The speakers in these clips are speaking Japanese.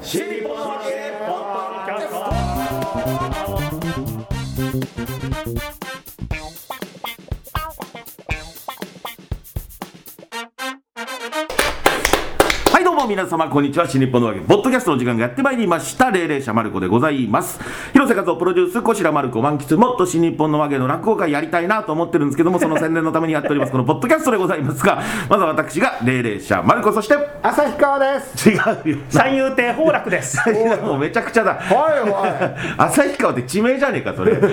新日本の負けポッドキャストはいどうも皆様こんにちは新日本のわけポッドキャストの時間がやってまいりました霊霊者マルコでございます広瀬和夫プロデュースこちらマルコ満喫もっと新日本のわけの落語会やりたいなと思ってるんですけどもその宣伝のためにやっておりますこのポッドキャストでございますがまずは私が霊霊者マルコそして旭川です。違うよ三遊亭宝楽です。もうめちゃくちゃだおいおい。旭川って地名じゃねえかそれさ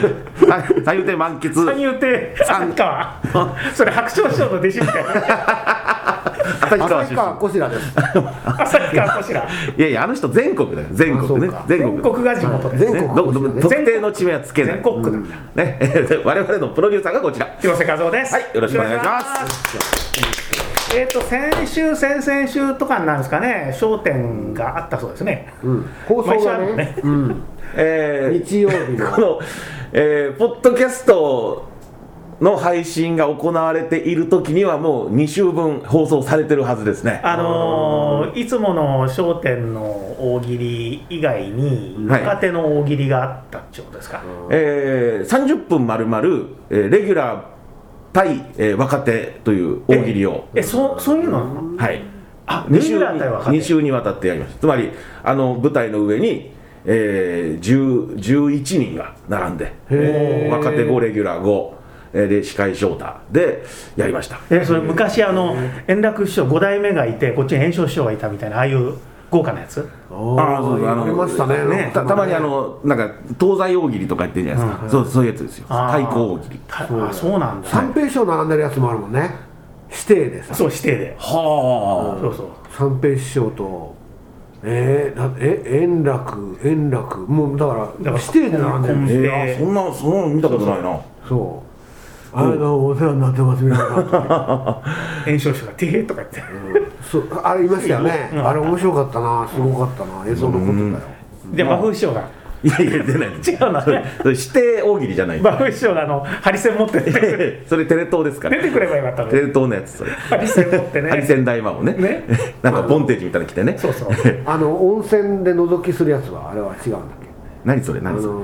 三遊亭満三喫遊亭三川。それ白鳥師匠の弟子みたいな。旭川出旭身川こちらです。旭川こしら。いやいやあの人全国だよ全国ねあそうか全国全国が地元です。全ね国どど特定の地名はつけない全国区なんだ。ね、 我々のプロデューサーがこちら広瀬和夫です。はいよろしくお願いしますす。えっと先週先々週とかなんですかね、商店があったそうですね。放送毎週あがるのねね、うん、えー日曜日のこの、えーポッドキャストの配信が行われている時にはもう2週分放送されてるはずですねあのーいつもの商店の大喜利以外にはい若手の大喜利があったってことですか。えー、30分まるまるレギュラー対、えー若手という大喜利をえ、そうそういうのなの？はいあ、 2レギ週ュにラー対若手二。週にわたってやりましたつまりあの舞台の上に、えー、10 11人が並んでへー若手5レギュラー5えーで司会翔太でやりましたえそれ昔あの円楽師匠5代目がいてこっちに円生師匠がいたみたいなああいう豪華なやつああそうそうあのりましたねたたまにあのなんか東西大喜利とか言ってるじゃないですか、そうそういうやつですよあー対抗大喜利たあそうなんだ三平賞並んでるやつもあるもんね指定でさそう指定ではそうそう三平師匠とえー、なえ円楽円楽もうだかだらから指定で並んでるんあでえー、あすよそんなそんなの見たことないなそうあれのお世話になってます皆さん円生師匠が「てへ」とか言ってそうあれいましたよねあれ面白かったなすごかったな映像のことだよで馬風師匠がいやいや出ない違うなそれそれ指定大喜利じゃない馬風師匠があのハリセン持って出てくる それテレ東ですから出てくればよかったのテレに東のやつそれハリセン持ってねハリセン大魔王ねね なんかボンテージみたいなの着てねそうそうあの温泉で覗きするやつはあれは違うんだっけ何それあ何それの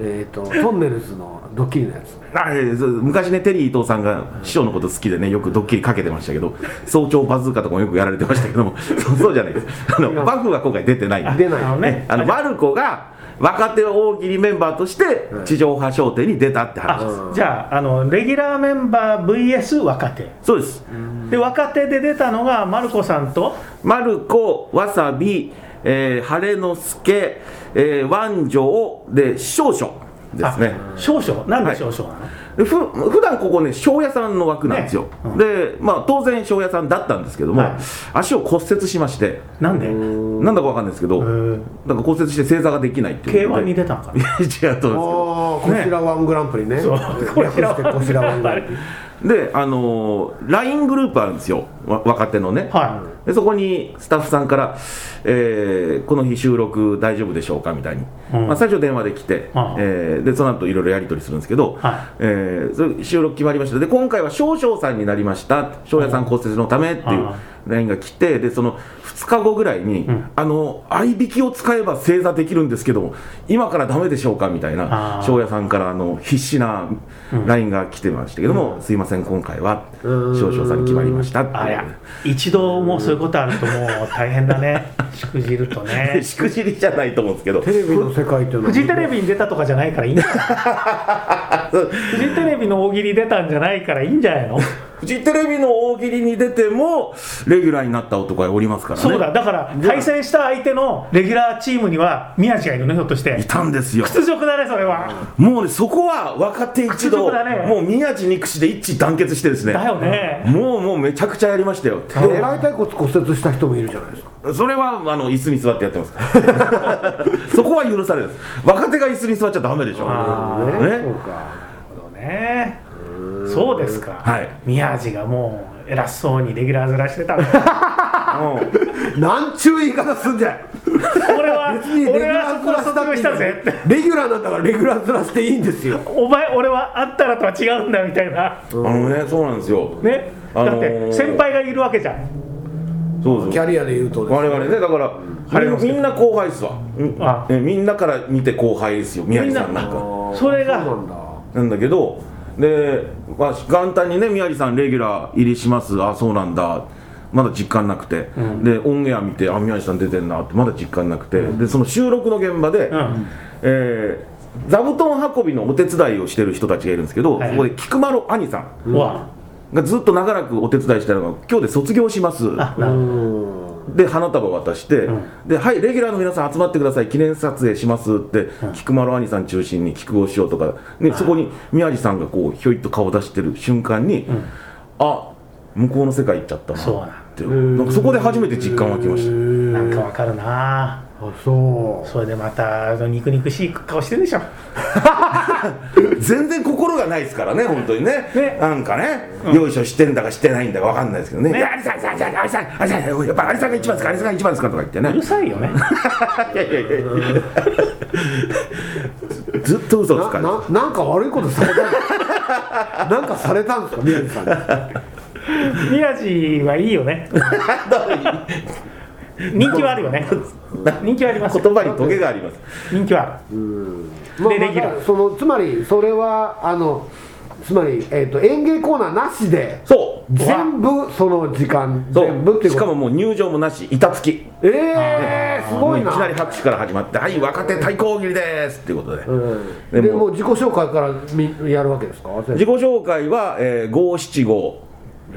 えっ、とトンネルズのドッキリのやつあえーそう昔ねテリー伊藤さんが師匠のこと好きでねよくドッキリかけてましたけど早朝バズーカとかもよくやられてましたけども そうそうじゃないですあのバフは今回出てない出ないあのねあのマルコが若手大喜利メンバーとして地上波商店に出たって話です、あじゃああのレギュラーメンバー VS 若手そうですで若手で出たのがマルコさんとマルコわさび、えー、晴れの助、えー、万丈で少々ですねあ少々なんで少々なふの、普段ここね庄屋さんの枠なんですよ、ねうんでまあ当然庄屋さんだったんですけども、はい足を骨折しましてなんでなんだかわかんないですけど、ーなんか骨折して正座ができないっていう K1 ことでに出たのかない や違うと思うんああ、こちらワングランプリね。そう略してこちらワングランでプリ。すよであのー LINE グループあるんですよわ若手のね、はでそこにスタッフさんから、えーこの日収録大丈夫でしょうかみたいに、うんまあ、最初電話で来て、ああえーでその後いろいろやり取りするんですけど、はいえーそれ収録決まりましたで今回は少々さんになりました翔也さん骨折のためっていうあ LINE が来てでその2日後ぐらいに、んあの合いびきを使えば正座できるんですけども今からダメでしょうかみたいなああ翔也さんからあの必死な LINE が来てましたけども、すいません今回は少々さんに決まりましたっていうあいや一度もうそういうことあるともう大変だねしくじるとねしくじりじゃないと思うんですけどテレビの世界っていうのフは。ジテレビに出たとかじゃないからいいんだよフジテレビの大喜利出たんじゃないからいいんじゃないのフジテレビの大喜利に出てもレギュラーになった男がおりますからねそうだだから対戦した相手のレギュラーチームには宮地がいるねひょっとしていたんですよ屈辱だねそれはもうねそこは若手一同、屈辱だねもう宮地憎しで一致団結してですねだよねもうもうめちゃくちゃやりましたよでも大腿骨骨折した人もいるじゃないですか。それはあの椅子に座ってやって ますからそこは許される若手が椅子に座っちゃダメでしょあねそうか。そうねそうですか、はい宮地がもう偉そうにレギュラーずらしてたんだうんなんちゅう言い方すんじゃい。俺は別にレギュ俺ラはーそずこらはし卒たっ業てしいいんただぜよってレギュラーなんだからレギュラーずらしていいんですよ。お前俺はあったらとは違うんだみたいなあのねそうなんですよねあだのっーて先輩がいるわけじゃんそうそうキャリアで言うとです我ね。々ねだから晴れますみけんどな後輩ですわ、うんあえみんなから見て後輩ですよ宮城さんみんななんあかーそれがうなんだなんだけどで、まあ、元旦にね宮城さんレギュラー入りしますあそうなんだまだ実感なくて、でオンエア見てあ宮城さん出てんなってまだ実感なくて、でその収録の現場で、うんえー座布団運びのお手伝いをしてる人たちがいるんですけど、はいそこで菊丸兄さんうわがずっと長らくお手伝いしてたのが今日で卒業しますあなるほどで花束渡して、ではいレギュラーの皆さん集まってください記念撮影しますって、菊丸兄さん中心に菊をしようとかでそこに宮治さんがこうひょいっと顔出してる瞬間に、あ向こうの世界行っちゃったなっそうなんてなんかそこで初めて実感湧きましたなんかわかるなあそそれでまたあの肉肉しい顔してるでしょ全然心がないですからね本当にねねなんかね、よいしょしてんだかしてないんだかわかんないですけどねねいや兄さん兄さん兄さん兄さん兄さんやっぱ兄さんが一番ですか兄さんが一番ですかとか言ってねうるさいよねいやいやいやいやずっと嘘うをつなかれてななんか悪いことされたんですかなんかされたんですか宮城さん に宮地はいいよね人気はあるよね人気はあります言葉にトゲがあります人気はあるまあでレギュラーまあそのつまりそれはあのつまり、えー、と演芸コーナーなしでそう全部その時間そ全部ってういうしこかとももう入場もなし板付きえー、すごいいきななり拍手から始まって「はい若手対抗切りです」っていうことで、うんででももう自己紹介からみやるわけですか自己紹介はえー五七五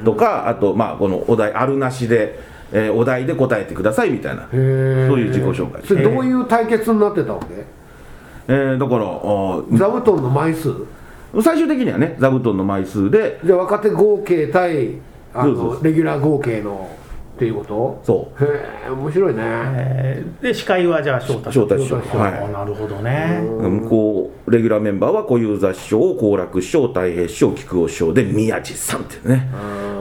とか、あとまあこのお題あるなしで、えーお題で答えてくださいみたいなそうーいう自己紹介、それどういう対決になってたわけ、えーだからあー座布団の枚数最終的にはね座布団の枚数でじゃあ若手合計対あのそうそうそレギュラー合計のっていうことそうへえ面白いね、えーで司会はじゃあ翔太招待しよう招はいあなるほどね向こうレギュラーメンバーは小遊三師匠、好楽師匠、太平師匠、木久扇師匠で宮地さんっていうね、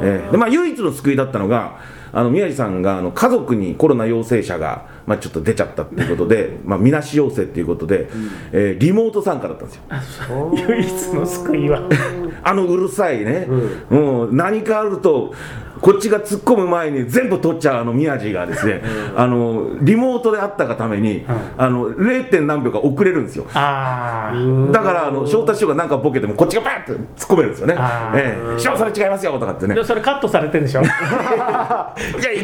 ええでまあ、唯一の救いだったのが、あの宮地さんがあの家族にコロナ陽性者が、まあ、ちょっと出ちゃったっていうことで、まあ、みなし陽性っていうことで、えーリモート参加だったんですよ、唯一の救いはあのうるさいね、もう何かあると、こっちが突っ込む前に全部取っちゃうあの宮地がですね、あのリモートであったがために、あの 0. 点何秒か遅れるんですよ。ああだからあの翔太師匠が何かボケてもこっちがバーって突っ込めるんですよねあ「ーええ師匠それ違いますよ」とかってねでそれカットされてるでしょいや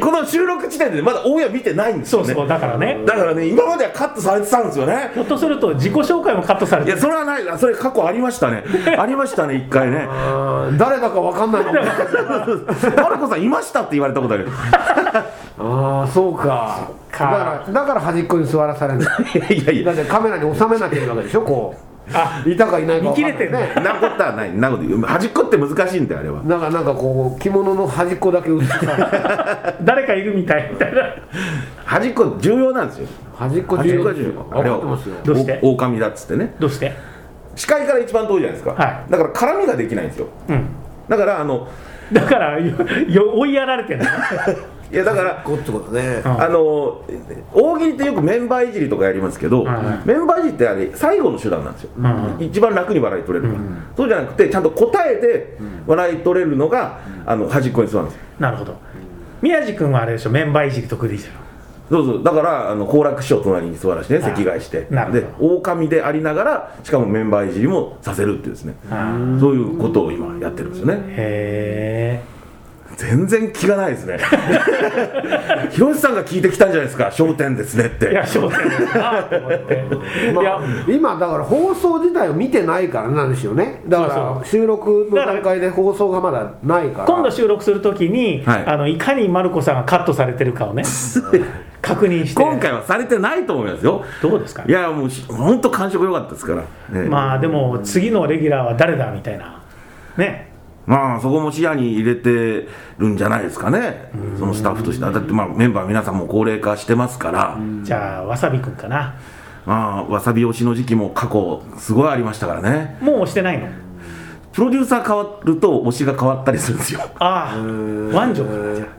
この収録時点でまだオンエア見てないんですそようねそうだからねだからね今まではカットされてたんですよねひょっとすると自己紹介もカットされいてやるそれはないあそれ過去ありましたねありましたね一回ねあー誰だかわかん ないのもマルコさんいましたって言われたことあるああそうかかだからだから端っこに座らされるんだいやいだやってカメラに収めなきゃいけないわけでしょこういたかいないかわかん見切ないれてんだなことはないなこと端っこって難しいんだよあれはなんかなんかこう着物の端っこだけ映さ れて誰かいるみたい みたいな端っこ重要なんですよ端っこ端っこ重要は重要分かってますよどうしてお狼だっつってねどうして視界から一番遠いじゃないですか、はいだから絡みができないんですようんだからあのだからよよ追いやられてるいやだからこうってことねんあの大喜利ってよくメンバーいじりとかやりますけど、はメンバーいじりってあれ最後の手段なんですよ、ん一番楽に笑い取れるから、そうじゃなくてちゃんと答えて笑い取れるのが、あの端っこに座るんですよなるほど宮地君はあれでしょメンバーいじり得意でしょそうそうだからあの好楽師匠隣に座らしてねああ席替えしてなるで狼でありながらしかもメンバーいじりもさせるっていうですねあそういうことを今やってるんですよねへ全然気がないですね ひろしさんが聞いてきたんじゃないですか『笑点』ですねっえいてや焦点だなと思 って、まいあや、今だから放送自体を見てないからなんですよねだかそうそら収録の段階で放送がまだないから今度収録するときに、はいい、あのいかにマルコさんがカットされてる かをね確認して今回はされてないと思いますよどうですかいやもうし本当感触良かったですから、ええまあ、まあでも次のレギュラーは誰だみたいなねそこも視野に入れてるんじゃないですかねそのスタッフとしてはだってまあメンバー皆さんも高齢化してますからじゃあわさびくんかなまあわさび推しの時期も過去すごいありましたからねもう押してないのプロデューサー変わると推しが変わったりするんですよああワンジョブえ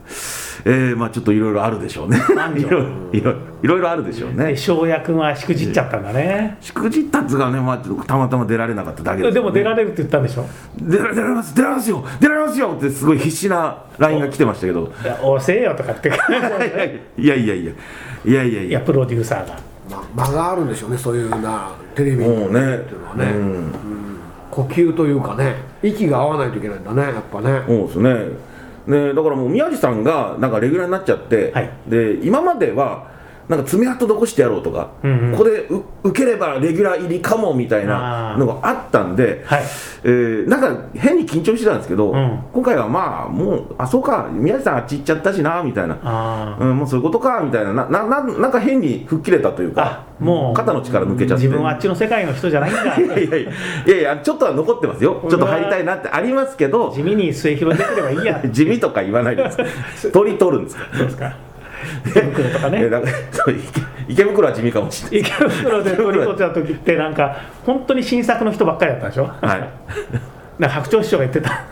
えーまあちょっといろいろあるでしょうね 男いろいろ女いろいろいろあるでしょうねで翔也君はしくじっちゃったんだねしくじったつがね、まあ、たまたま出られなかっただけです、ね、でも出られるって言ったんでしょ出ら出られます出られますよ出られますよってすごい必死な LINE が来てましたけどいやおせえよとかって いやいやいやいやいやいいややプロデューサーがま、間があるんでしょうねそういうなテレビもうねっていうのはね、呼吸というかね息が合わないといけないんだねやっぱね、そうですねねだからもう宮地さんがなんかレギュラーになっちゃって、はいで今まではなんか爪痕残してやろうとか、うんうんここでう受ければレギュラー入りかもみたいなのがあったんで、はいえーなんか変に緊張してたんですけど、うん今回はまあもうあそうか宮地さんあっち行っちゃったしなみたいなあうん、もうそういうことかみたいなななななんか変に吹っ切れたというかあもう肩の力抜けちゃって自分はあっちの世界の人じゃないんだ いやいやいやいやいやちょっとは残ってますよちょっと入りたいなってありますけど地味に末 広できればいいや地味とか言わないです取り取るんですかそうですか手袋とかえねなんかそう池池袋は地味かもしれ池袋で取り取ってた時ってなんか本当に新作の人ばっかりだったんでしょ、ない、なんか白鳥師匠が言って た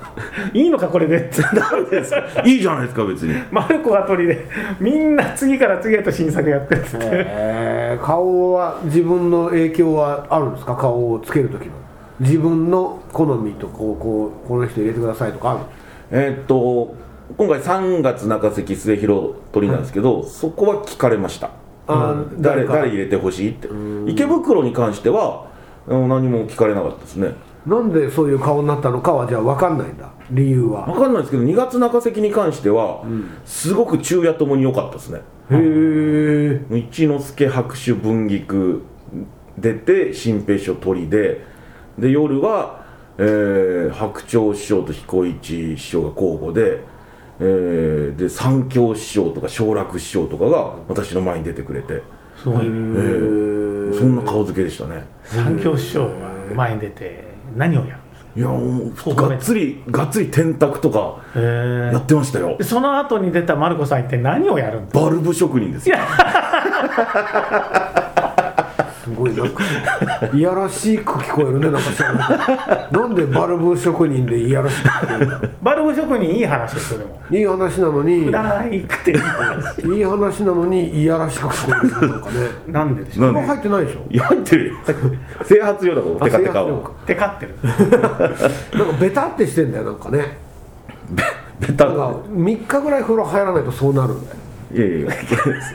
いいのかこれでってなんですはい、いいじゃないですか別にマルコが取りでみんな次から次へと新作やってるっつってえー顔は自分の影響はあるんですか顔をつける時の自分の好みとこうこうこの人入れてくださいとかあるえーっと今回3月中関末広鳥なんですけど、そこは聞かれましたあー誰か誰入れてほしいって池袋に関してはうん何も聞かれなかったですねなんでそういう顔になったのかはじゃあ分かんないんだ理由は分かんないですけど2月中関に関しては、すごく昼夜ともに良かったですねへえ一之輔白手文菊出て新平師匠鳥でで夜は、えー白鳥師匠と彦一師匠が交互で、えーで三京師匠とか昇楽師匠とかが私の前に出てくれてすごいそんな顔付けでしたね三京師匠が前に出て何をやるんですかいやもそううかがっつりがっつり天卓とかへやってましたよえその後に出たマルコさん一体何をやるんですかバルブ職人ですよすごいなんかいやらしく聞こえるねなんか知らないなんでバルブ職人でいやらしく聞こえるんだろバルブ職人いい話ですよでもういい話なのにくだらないくていい話いい話なのにいやらしく聞こえるなんかねなんででしょうなんもうで入ってないでしょいや入ってるよ整髪料だからテカテカなんはかテカってるなんかベタってしてんだよなんかねベタなんか3日ぐらい風呂入らないとそうなるんだよいやいや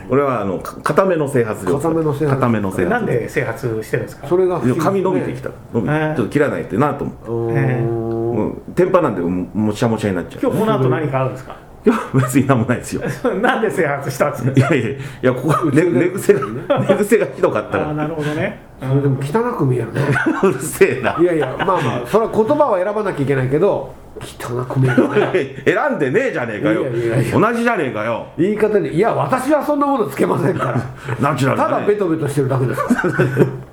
俺はあのか固めの整髪料固めの整髪料固めの整なん髪で整髪してるんですかそれが不思議ね髪伸びてきた伸びてへーちょっと切らないってなと思ってうーんうん天パなんでももしゃもしゃになっちゃう今日この後何かあるんですかいや別に何もないです よなんで整髪したんですいかやいやいやここ寝寝癖が寝癖がひどかったああかなるほどねそれでも汚く見えるねらうるせえないやいやまあまあそれは言葉は選ばなきゃいけないけど汚く見えるね選んでねえじゃねえかよいやいやいや同じじゃねえかよ言い方で「いや私はそんなものつけませんから」ナチュラたルだ、だね、ベトベトしてるだけですか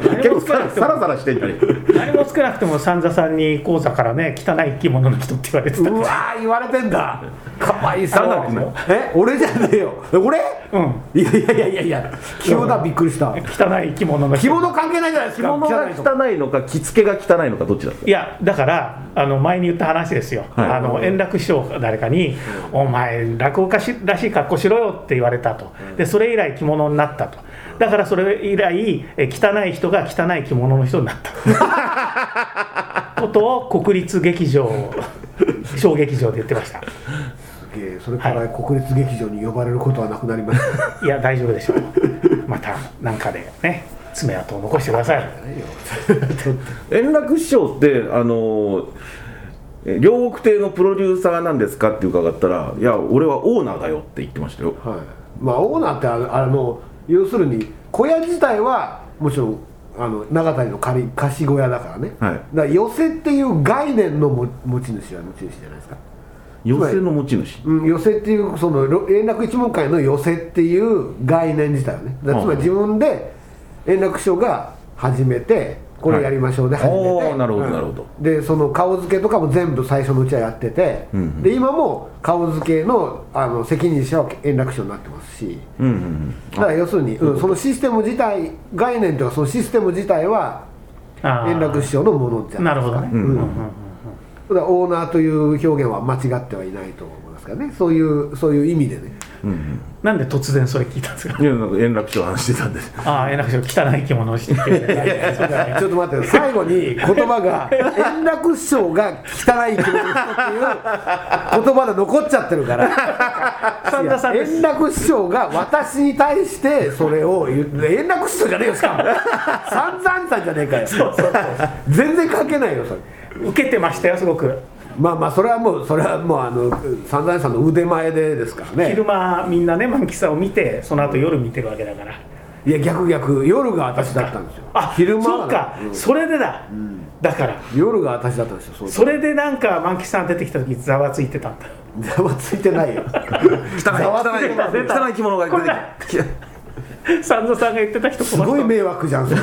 ら結構さらさらさらしてんじゃねえか何もつけなくても三座さんに講座からね汚い着物の人って言われてたうわー言われてんだかわいそたうだのえ俺じゃねえよえ俺うんいやいやいやいやいや清田びっくりした汚い着物の人着物関係ないじゃないです着か物がいとこ汚いのか着付けが汚いのかどっちだったいやだからあの前に言った話ですよ、はいあの円楽師匠か誰かに、お前、落語家しらしい格好しろよって言われたと、でそれ以来着物になったと、だからそれ以来、え汚い人が汚い着物の人にな った。ことを国立劇場、小劇場で言ってました。すげえそれから国立劇場に呼ばれることはなくなりましたいや、大丈夫でしょう、またなんかでね、爪痕を残してください。円楽師匠ってあのーえ両国亭のプロデューサーなんですかって伺ったら「いや俺はオーナーだよ」って言ってましたよ はい、まあオーナーってあのあの要するに小屋自体はもちろんあの長谷の仮貸し小屋だからね、はいだから寄せっていう概念のも持ち主は持ち主じゃないですか、寄席の持ち主うん、寄せっていうそのろ円楽一門会の寄せっていう概念自体はねだからつまり自分で円楽師匠が始めてこれやりましょうではい始めて、おーなるほどうんなるほどでその顔付けとかも全部最初のうちはやってて、うんうんで今も顔付けのあの責任者は円楽師匠になってますしうんうんうんだから要するに、うん、そのシステム自体概念というかそのシステム自体はあー円楽師匠のものじゃなないるでほすかどね、ねんうんうんうんだからオーナーという表現は間違ってはいないと思いますかねそういうそういう意味でねなんで突然それ聞いたんですかいやなんか円楽師匠の話してたんでああ円楽師匠汚い着物をしてだからちょっと待って最後に言葉が円楽師匠が汚い気持ちっていう言葉で残っちゃってるからさんださんです円楽師匠が私に対してそれを言う円楽師匠じゃねえよしかも散々さんじゃねえかよ全然書けないよそれ受けてましたよすごくまあまあそれはもうそれはもうあの散々さんの腕前でですからね昼間みんなね満喫さんを見てその後夜見てるわけだからいや逆逆夜が私だったんですよあ昼間そはうねか、それでだ、だから夜が私だったんですよそうそれでなんか満喫さん出てきた時ざわついてたんだ ざわついてないよす汚いざわついて汚出たい汚い着物が出てきた三蔵さんが言ってた人すごい迷惑じゃんそ れ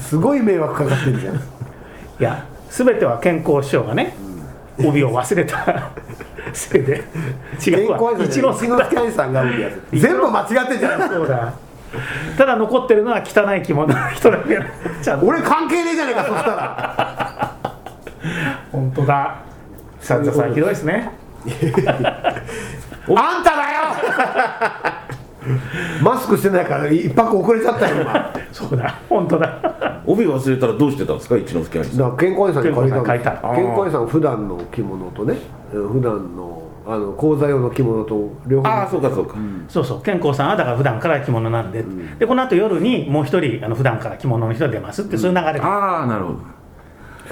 すごい迷惑かかってるじゃんいや全ては健康師匠がね、帯を忘れた せいで違健うわ康一一之之輔だ輔さんが売るやつ全部間違ってんじゃんそうだただ残ってるのは汚い着物の人だけちゃんと俺関係ねえじゃねえかそしたら本当だ三蔵さんひどいですねあんただよマスクしてないから一泊遅れちゃったよ 今だかそうだ本当だ帯忘れたらどうしてたんですか一之輔兄さんら健康院さんに借りたん健康院さんにです書いた健康院さんは普段の着物とねうん普段のあの講座用の着物と両方ああそうかそうか、そうそう健康さんはだから普段から着物なんで、でこのあと夜にもう一人あの普段から着物の人出ますってそういう流れで、ああなるほど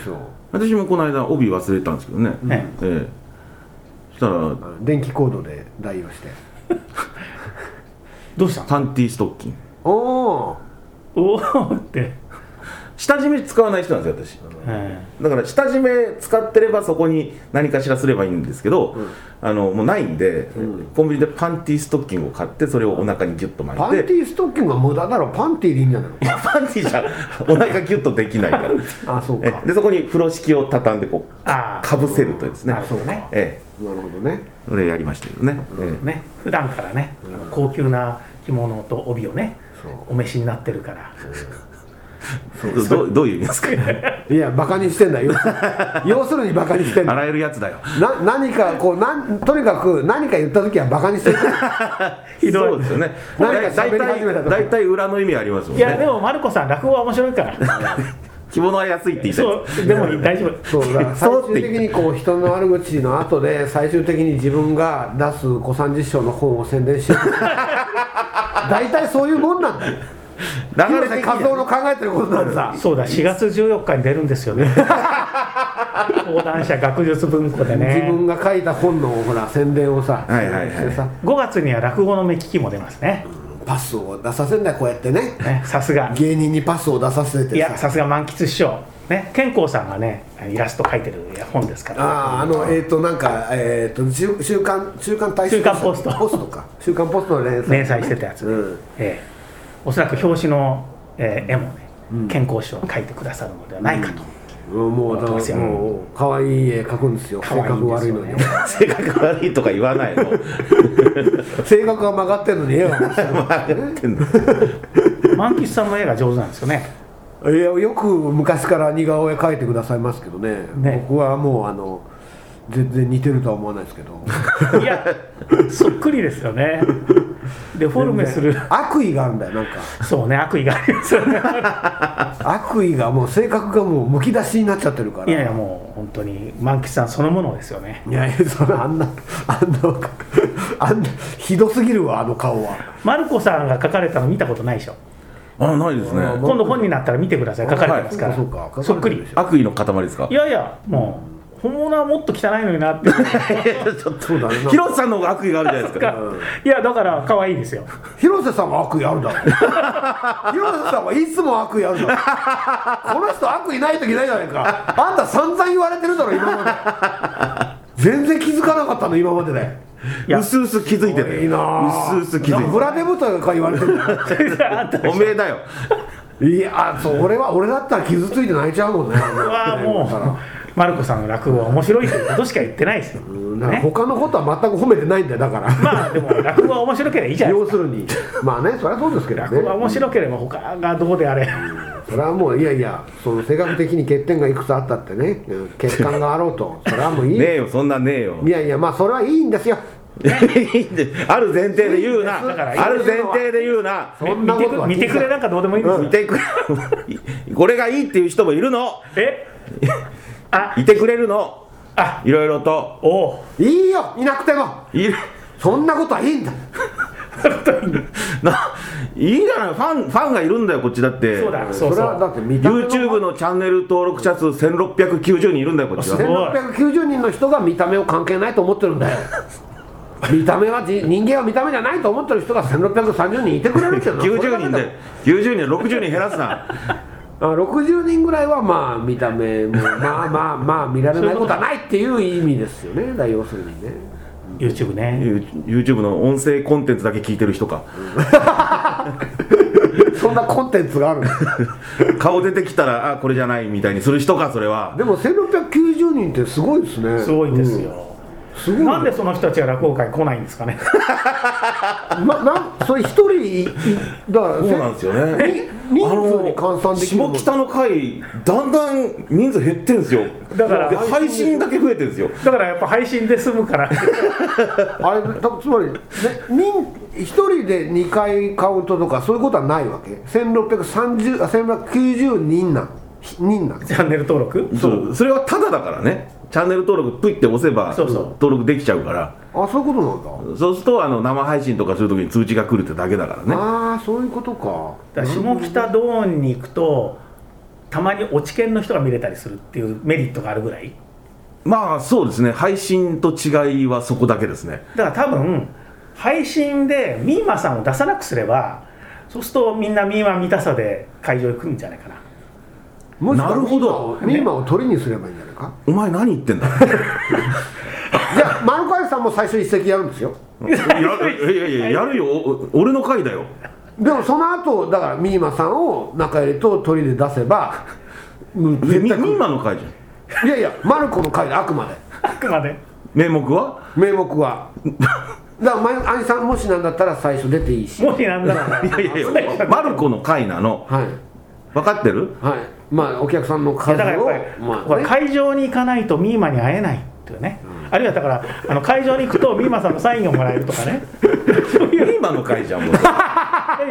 そう私もこの間帯忘れたんですけどね、ねええそしたらあの電気コードで代用してどうしたのパンティーストッキングおおおおって、下地面使わない人なんですよ私うんだから下地面使ってればそこに何かしらすればいいんですけど、あのもうないんで、コンビニでパンティーストッキングを買ってそれをお腹にギュッと巻いてパンティーストッキングは無駄だろパンティーでいいんじゃないのいやパンティーじゃお腹ギュッとできないからあそうかええでそこに風呂敷を畳んでこうああかぶせるというですねなるほどねえなるほどねえそれやりましたけどね、ええね普段からね、高級な着物と帯をねそうお召しになってるから、どうどういう意味ですかいやバカにしてんだ よ要するにバカにしてんだ洗えるやつだよな何かこうなんとにかく何か言った時はバカにし てるひどいそうですよね何か大喋り体始めたと大体裏の意味ありますもんいやでねもマルコさん落語は面白いから着物は安いって言いたい そうでも大丈夫そうだそ最うって言終的ってにこう人の悪口の後で最終的に自分が出す小三治師匠の本を宣 伝してる大体そういうもんなんだよ流れ広的瀬に和夫の考えてることなんさそうだ4月14日に出るんです よね講談社学術文庫で自ね分が書いた本のほら宣伝をさはいはいはいしてさ5月には落語の目利きも出ますねパスを出させんだよこうやってねねさすが芸人にパスを出させいてやささすが満喫師匠ね健康さんがねイラスト描いてる本ですからあああのえっ、となんかえっ、と週週刊週刊大衆週刊ポストポストか週刊ポストの連載連載してたやつ、うんええおそらく表紙の、ええ絵もね、健康師を描いてくださるのではないかと、うんもうだそうかですらよもう可愛い絵描くんですよ可愛い性格んです悪いよのにね 性格悪いとか言わないの性格が曲がってるのに絵は面白い満喫さんの絵が上手なんですよねいやよく昔から似顔絵描いてくださいますけどねね僕はもうあの全然似てるとは思わないです けどいやそっくりですよねデフォルメする悪意があるんだよなんかそうね悪意がありますよね悪意がもう性格がもうむき出しになっちゃってるからいやいやもう本当に満喫さんそのものですよねいやいやそのあんなあんなあんなひどすぎるわあの顔はマルコさんが描かれたの見たことないでしょあないですねあま今度本になったら見てください書かれてますから、そうかそっくり書かれてるでしょ悪意の塊ですかいやいやもう本物はもっと汚いのになって ちょっそうだね広瀬さんの方が悪意があるじゃないですかいやだから可愛いですよ広瀬さんは悪意あるだろ 広瀬さんはいつも悪意あるだろこの人悪意ない時ないじゃないかあんた散々言われてるだろ今まで全然気づかなかったの今まででいやうすうす気づいてるいいなぁうすうす気づなんかブいラデブとか言われてるあんたてるおめえだよいやそう俺は俺だったら傷ついて泣いちゃうもんねはもうマルコさんの落語は面白いということしか言ってないですよ、うんだからね、他のことは全く褒めてないんだよだからまあでも落語は面白ければいいじゃないで要すするにまあねそりゃそうですけかど落語はね面白ければ他がどうであれそれはもういやいやその性格的に欠点がいくつあったってねうん欠陥があろうとそれはもういい、ねえよそんなんねえよいやいやまあそれはいいんですよいいんである前提で言うなだからある前提で言うなそんなことは見てく見てくれなんかどうでもいいんです見よ、てくれこれがいいっていう人もいるの えあいてくれるのあいろいろとおういいよいなくてもいるそんなことはいいんだないいじゃないファンファンがいるんだよこっちだってそうだそうれそはだうって見た目 YouTube のチャンネル登録者数1690人いるんだよこっちあそうは1690人の人が見た目を関係ないと思ってるんだよ見た目はじ人間は見た目じゃないと思ってる人が1630人いてくれるっていうのは90人で90人60人減らすなあ60人ぐらいはまあ見た目 もまあまあまあ見られないことはないっていう意味ですよねだから要す るにね YouTube ね YouTube の音声コンテンツだけ聞いてる人かそんなコンテンツがある顔出てきたらあこれじゃないみたいにする人かそれはでも1690人ってすごいですねすごいです、よ、うんすごいなんでその人たちが落語会来ないんですかねま、なんそれ一人いいだからそうなんですよねみ人数に換算できるあのの下北の回だんだん人数減ってんですよだからで配信だけ増えてるんですよだからやっぱ配信で済むからあれだつまり、ね、みん一人で2回カウントとかそういうことはないわけ1630あ1690人なん人なんチャンネル登録そうそれはタダだからねチャンネル登録プイって押せばそうそう登録できちゃうからあそういうことなんだ、そうするとあの生配信とかするときに通知が来るってだけだからねああそういうことかだから下北ドーンに行くとたまに落ち券の人が見れたりするっていうメリットがあるぐらいまあそうですね配信と違いはそこだけですねだから多分配信でミーマさんを出さなくすればそうするとみんなミーマ見たさで会場行くんじゃないかな もしくはなるほどミーマをミーマを鳥にすればいいんじゃないかお前何言ってんだじゃあ丸川さんも最初一席やるんですよやいやいややるよお俺の回だよでもその後だからミーマさんを中入れと鳥で出せば もうで絶み対来みんるなの回じゃんいやいやマルコの会であくまであくまで名目は名目はだからまあ兄さんもしなんだったら最初出ていいしもしなんだらいやいやいやマルコの回なのはい分かってるはいまあお客さんの数だかをらやっぱり、まこあれね会場に行かないとミーマに会えないっていうね、あるいはだからあの会場に行くとミーマさんのサインをもらえるとか ねそうミいうーマの回じゃんもうい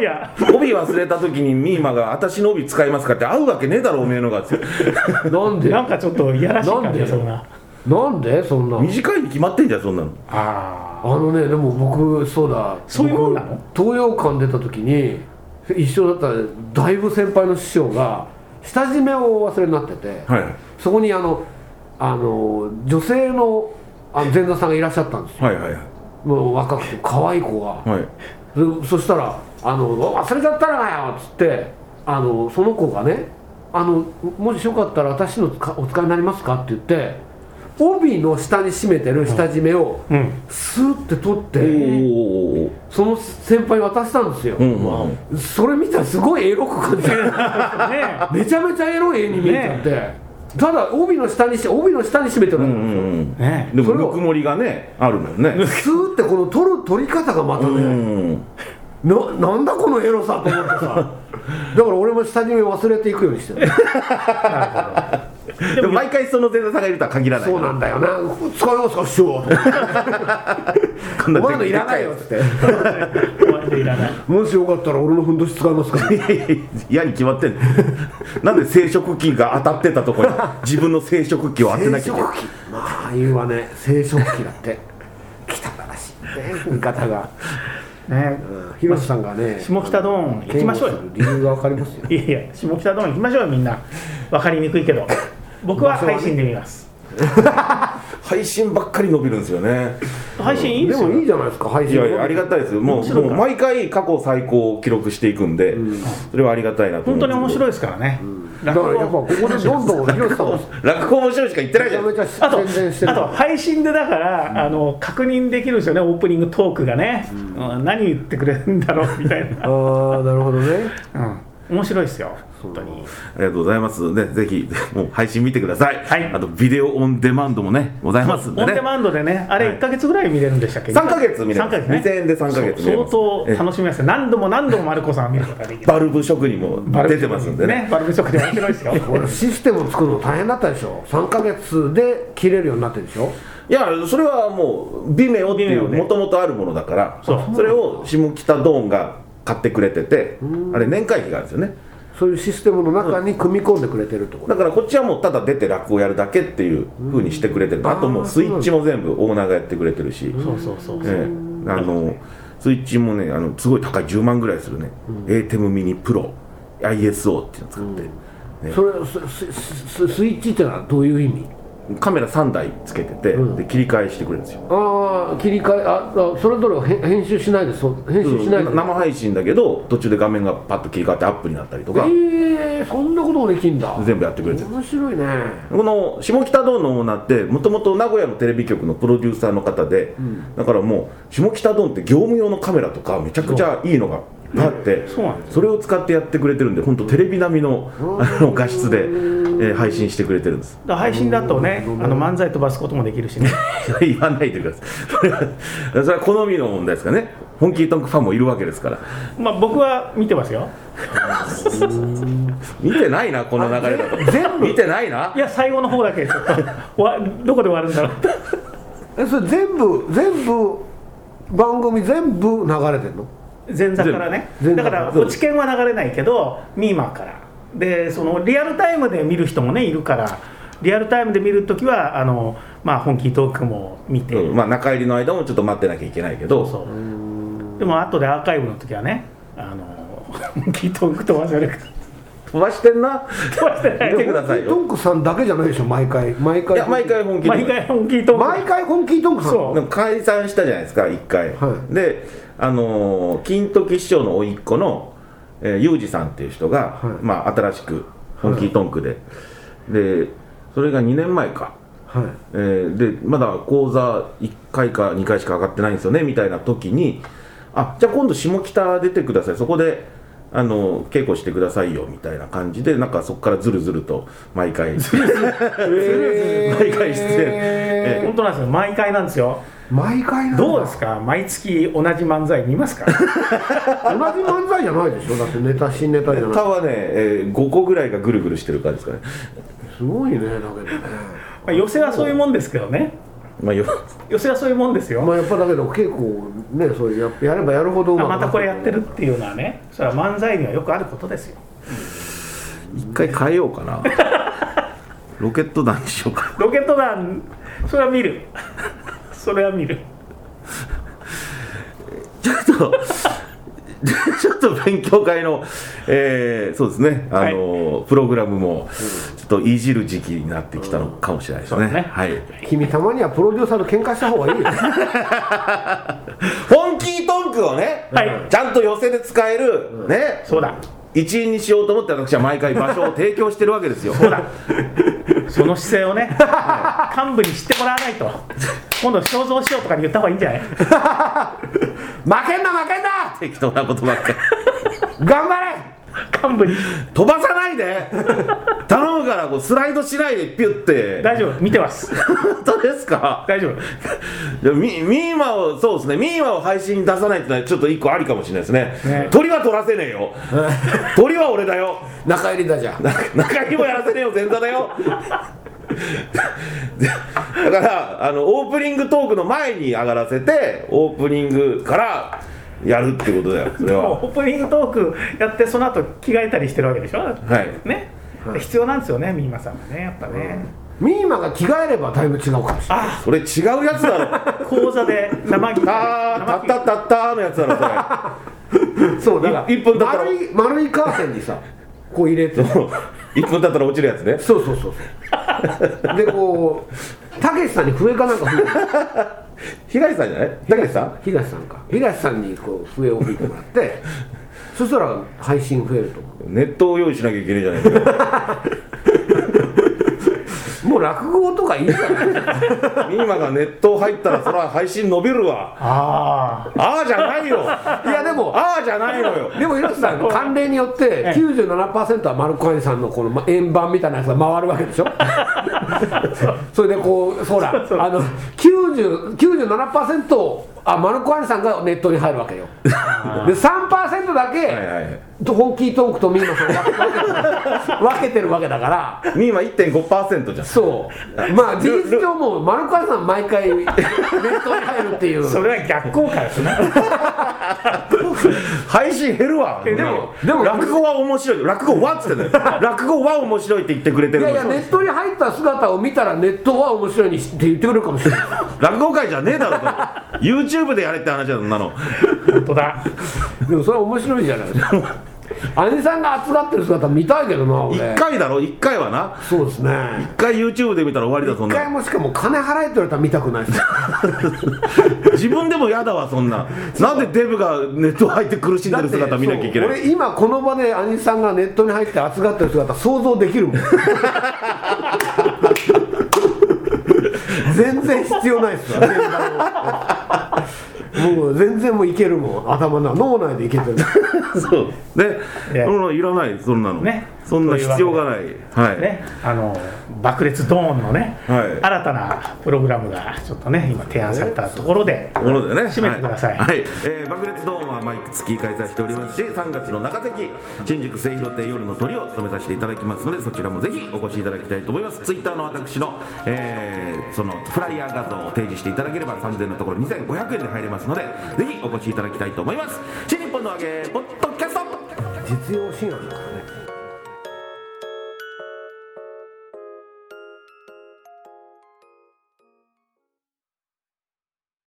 やいや帯忘れた時にミーマが「私の帯使いますか?」って合うわけねえだろおめえのがつってなんでなんかちょっといやらしい感じがするななんでそんな短いに決まってんじゃんそんなのああのねでも僕そうだそういうもんなの僕東洋館出た時に一緒だっただいぶ先輩の師匠が下締めをお忘れになってて、はいそこにあのあの女性のあの前座さんがいらっしゃったんですよはいはいはいもう若くて可愛い子が、はいでそしたら「あの忘れちゃったらなよ」っつってあのその子がねあの「もしよかったら私の使お使いになりますか?」って言って帯の下に締めてる下締めをあうんスーって取って、おーその先輩に渡したんですよ、うんうんうんそれ見たらすごいエロく感じ るねめちゃめちゃエロい絵に見えちゃって、ただ帯の下にして帯の下に締めてるうの、んうんえねでそもれをぬくもりがねあるのよ ねスーってこの取る取り方がまたうね、んななんだこのエロさと思って さだから俺も下に忘れていくようにしてるでも毎回その前座さんがいるとは限らないそうなんだよな使いますか師匠こおんな前のいらないよっつってえ終わっていらないもしよかったら俺のふんどし使いますかいやいやいや嫌に決まってんのなんで生殖器が当たってたところに自分の生殖器を当て生な殖き器ゃいけないまあ言うわね生殖器だって汚らしいね見方がね広瀬さんがね下北ドーン行きましょうよ理由がわかりますよいやいや下北ドーン行きましょうよみんな分かりにくいけど僕は配信で見ます配信ばっかり伸びるんですよね配信いいでですよもいいじゃないですか配い信やいやありがたいですよも面う白いもかうら毎回過去最高を記録していくんで、それはありがたいなと本当に面白いいですからね、だからやっぱここでどんどん広瀬さんを落語面白いしか言ってない じめちゃゃんめちゃあと宣伝してるあと配信でだから、あの確認できるんですよねオープニングトークがね、うん何言ってくれるんだろうみたいな、ああなるほどねうん面白いですよ本当にありがとうございますねぜひもう配信見てください、はいあとビデオオンデマンドもねございますんでオンデねマンドでねあれはい1か月ぐらい見れるんでしたっけ、 3ヶ月見れ三ますヶ月ね2000円で3ヶ月見れますそうえ相当楽しみです何度も何度もマルコさんを見ることができるバルブ職人も出てますんでねバルブショックで面白いで すよこれシステム作るの大変だったでしょ3か月で切れるようになってるでしょいやそれはもうビメオっていう Vimeo でもともとあるものだからそうそれを下北ドーンが買ってくれててあれ年会費があるんですよねそういうシステムの中に組み込んでくれてるってことだからこっちはもうただ出て落語やるだけっていうふうにしてくれてるあともうスイッチも全部オーナーがやってくれてるしそうそうそうそう、ええあのスイッチもねあのすごい高い10万ぐらいするね、ATEM ミニプロ ISO っていうの使って、それススススイッチってのはどういう意味カメラ3台つけてて、で切り替えしてくれるんですよああ切り替えああそれぞれを編編集しないでそう編集しないで、生配信だけど途中で画面がパッと切り替わってアップになったりとか、ええそんなこともできんだ全部やってくれてる面白いねこの下北ドーンのオーナーってもともと名古屋のテレビ局のプロデューサーの方で、だからもう下北ドーンって業務用のカメラとかめちゃくちゃいいのがいっぱいあってそうなんですそれを使ってやってくれてるんで本当テレビ並みのあの画質で、えー配信してくれてるんです だから配信だとねあの漫才飛ばすこともできるしね 言わないでくださいそれはそれは好みの問題ですからね本気トンクファンもいるわけですからまあ僕は見てますよ見てないなこの流れだと全部見てないないや最後の方だけちょっと わどこで終わるんだろうってえそれ全部全部番組全部流れてんの前座からね全部だから全部落ち券は流れないけどミーマーからでそのリアルタイムで見る人もねいるからリアルタイムで見るときはあの、まあ、本気トークも見て、うんまあ、中入りの間もちょっと待ってなきゃいけないけどそうでも後でアーカイブの時はねあの 本気トーク飛ばせるか飛ばしてんな飛ばしてない見けてくどださいトよンクさんだけじゃないでしょ毎回毎回いや毎回本気毎回本気トーク毎回本気トンクさんそうでも解散したじゃないですか1回、はであのー金時師匠の甥っ子のえーユージさんっていう人が、はいまあ、新しく本気トンクで、でそれが2年前か、はいえーでまだ講座1回か2回しか上がってないんですよねみたいな時にあじゃあ今度下北出てくださいそこであの稽古してくださいよみたいな感じでなんかそこからずるずると毎回 毎回出演え本当なんですよ毎回なんですよ毎回なんだどうですか毎月同じ漫才見 ますか同じ漫才じゃないでしょだってネタ新ネタじゃな他いはね、え5個ぐらいがぐるぐるしてる感じですかね、すごいねだけどねまあ寄せはそういうもんですけどねまあ、よ寄せはそういうもんですよ、まあやっぱだけど稽古をねそういうやっぱやればやるほどうまくまなてたくこれやってるっていうのはねそれは漫才にはよくあることですよ一回変えようか なロケット団にしようかロケット団それは見る それは見るちょっと ちょっと勉強会の、えーそうですねあのー、プログラムもちょっといじる時期になってきたのかもしれないですね,、そうですねはい君たまにはプロデューサーと喧嘩した方が いいよ本気トンクをね、はいちゃんと寄せで使える、ねそうだ一員にしようと思って私は毎回場所を提供してるわけですよ そうだその姿勢をね幹部に知ってもらわないと今度肖像しようとかに言った方がいいんじゃない負けんな負けんな適当なことばっかり頑張れ幹部に飛ばさない で頼むからこうスライドしないでピュって大丈夫見てます本当ですか大丈夫でもミミーマをそうですねミーマを配信に出さないってのはちょっと一個ありかもしれないですねね鳥は取らせねえよ 鳥は俺だよ中入りだじゃん中にもやらせねえよ前座だよだからあのオープニングトークの前に上がらせてオープニングからやるってことだよそれ もはうオープニングトークやってその後着替えたりしてるわけでしょはいね必要なんですよねミーマさんもねやっぱね、ミーマが着替えればだいぶ違うかもしれないそれ違うやつだろ講座で生着あーたったったったのやつだろそれそうだからい一本だったら丸い丸いカーテンにさこう入れて 1分経ったら落ちるやつね そうそうそうそうでこうたけしさんに笛かなんか吹いて被害者じゃないだけさん東さんか東さんにこう笛を吹いてもらってそしたら配信増えると思ネットを用意しなきゃいけないじゃないですかうもう落語とかいいじゃない ミーマがネット入ったらそら配信伸びるわあああじゃないよいやでもああじゃないのよでも広瀬 さん慣例によって97%はマルコアニさんのこのま円盤みたいなやつが回るわけでしょ それでこうほらあの90 97%をあマルコアニさんがネットに入るわけよで3%だけ、はいはい本気トークとミーナさんが分けてるわけだからミーマ1.5%じゃんそうまあ事実上もうマルコアニさん毎回ネットに入るって いうあそれは逆効果ですね配信減るわえでもでも落語は面白い落語はっつってんだよ 落語は面白いって言ってくれてるいのやいにやネットに入った姿を見たらネットは面白いにしって言ってくれるかもしれない落語界じゃねえだろと YouTube でやれって話だそんなの本当だ でもそれは面白いじゃないですか兄さんが熱がってる姿見たいけどな俺1回だろ1回はなそうですね1回 YouTube で見たら終わりだそん一回なもしかも金払えって言われたら見たくないです自分でも嫌だわそん ななんでデブがネット入って苦しんでる姿見なきゃいけなそうい俺今この場で兄さんがネットに入って熱がってる姿想像できるもん全然必要ないですよ現場のもう全然もういけるもん頭の中脳内でいけてるそうでいやうんいらないそんなのねそんな必要がないはい、ね、あの爆裂ドーンのね、はい新たなプログラムがちょっとね今提案されたところで、ものでね締めてくださいはい、はいえー爆裂ドームは毎月開催しておりますし3月の中関新宿末広亭夜の鳥を務めさせていただきますのでそちらもぜひお越しいただきたいと思いますツイッターの私の、えーそのフライヤー画像を提示していただければ3000のところ2500円で入れますのでぜひお越しいただきたいと思います新日本の揚げポッドキャスト実用シーンあるのかな